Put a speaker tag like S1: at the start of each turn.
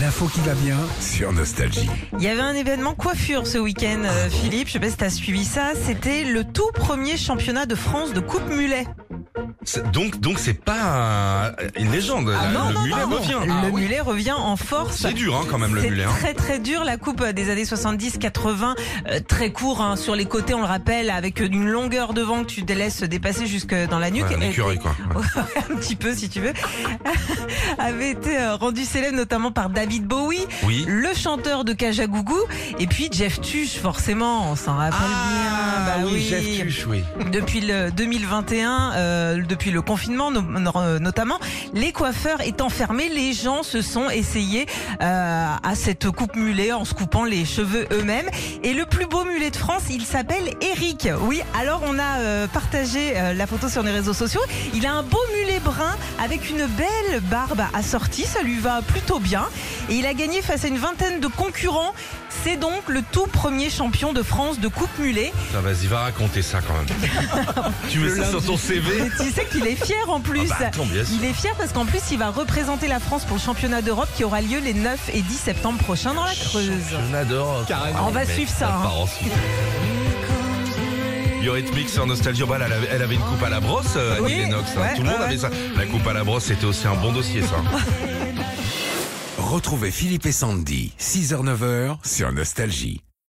S1: L'info qui va bien sur Nostalgie.
S2: Il y avait un événement coiffure ce week-end, euh, Philippe. Je sais pas si t'as suivi ça. C'était le tout premier championnat de France de coupe mulet.
S3: C'est- Donc, donc c'est pas un- une légende.
S2: Ah
S3: là,
S2: non,
S3: le
S2: non,
S3: mulet
S2: non.
S3: revient. Ah
S2: Le mulet revient en force.
S3: C'est dur hein, quand même le
S2: C'est
S3: mulet. hein.
S2: très très dur la coupe euh, des années 70-80, euh, très court hein, sur les côtés, on le rappelle, avec une longueur devant que tu te laisses dépasser jusque dans la nuque.
S3: Ouais, un
S2: Elle
S3: écureuil quoi.
S2: un petit peu si tu veux, avait été euh, rendu célèbre notamment par David Bowie,
S3: Oui.
S2: le chanteur de Kajagougou, et puis Jeff Tuche, forcément, on s'en rappelle bien. Bah oui,
S3: Ah, oui.
S2: Depuis le 2021, euh, depuis le confinement no- no- notamment, les coiffeurs étant fermés, les gens se sont essayés euh, à cette coupe mulet en se coupant les cheveux eux-mêmes. Et le plus beau mulet de France, il s'appelle Eric. Oui, alors on a euh, partagé euh, la photo sur les réseaux sociaux. Il a un beau mulet brun avec une belle barbe assortie, ça lui va plutôt bien. Et il a gagné face à une vingtaine de concurrents. C'est donc le tout premier champion de France de coupe mulet.
S3: Vas-y, va raconter ça quand même. tu mets ça sur ton CV.
S2: Et tu sais qu'il est fier en plus.
S3: Ah bah, attends, bien sûr.
S2: il est fier parce qu'en plus, il va représenter la France pour le championnat d'Europe qui aura lieu les 9 et 10 septembre prochains dans la Creuse.
S3: On adore.
S2: On va suivre ça, hein.
S3: Eurythmics sur Nostalgie Urban, elle avait, elle avait une coupe à la brosse, euh, Annie
S2: Oui,
S3: Lennox, hein.
S2: ouais,
S3: Tout le monde
S2: ouais,
S3: avait ça. La coupe à la brosse, c'était aussi un bon dossier, ça.
S1: Retrouvez Philippe et Sandy, 6h-9h sur Nostalgie.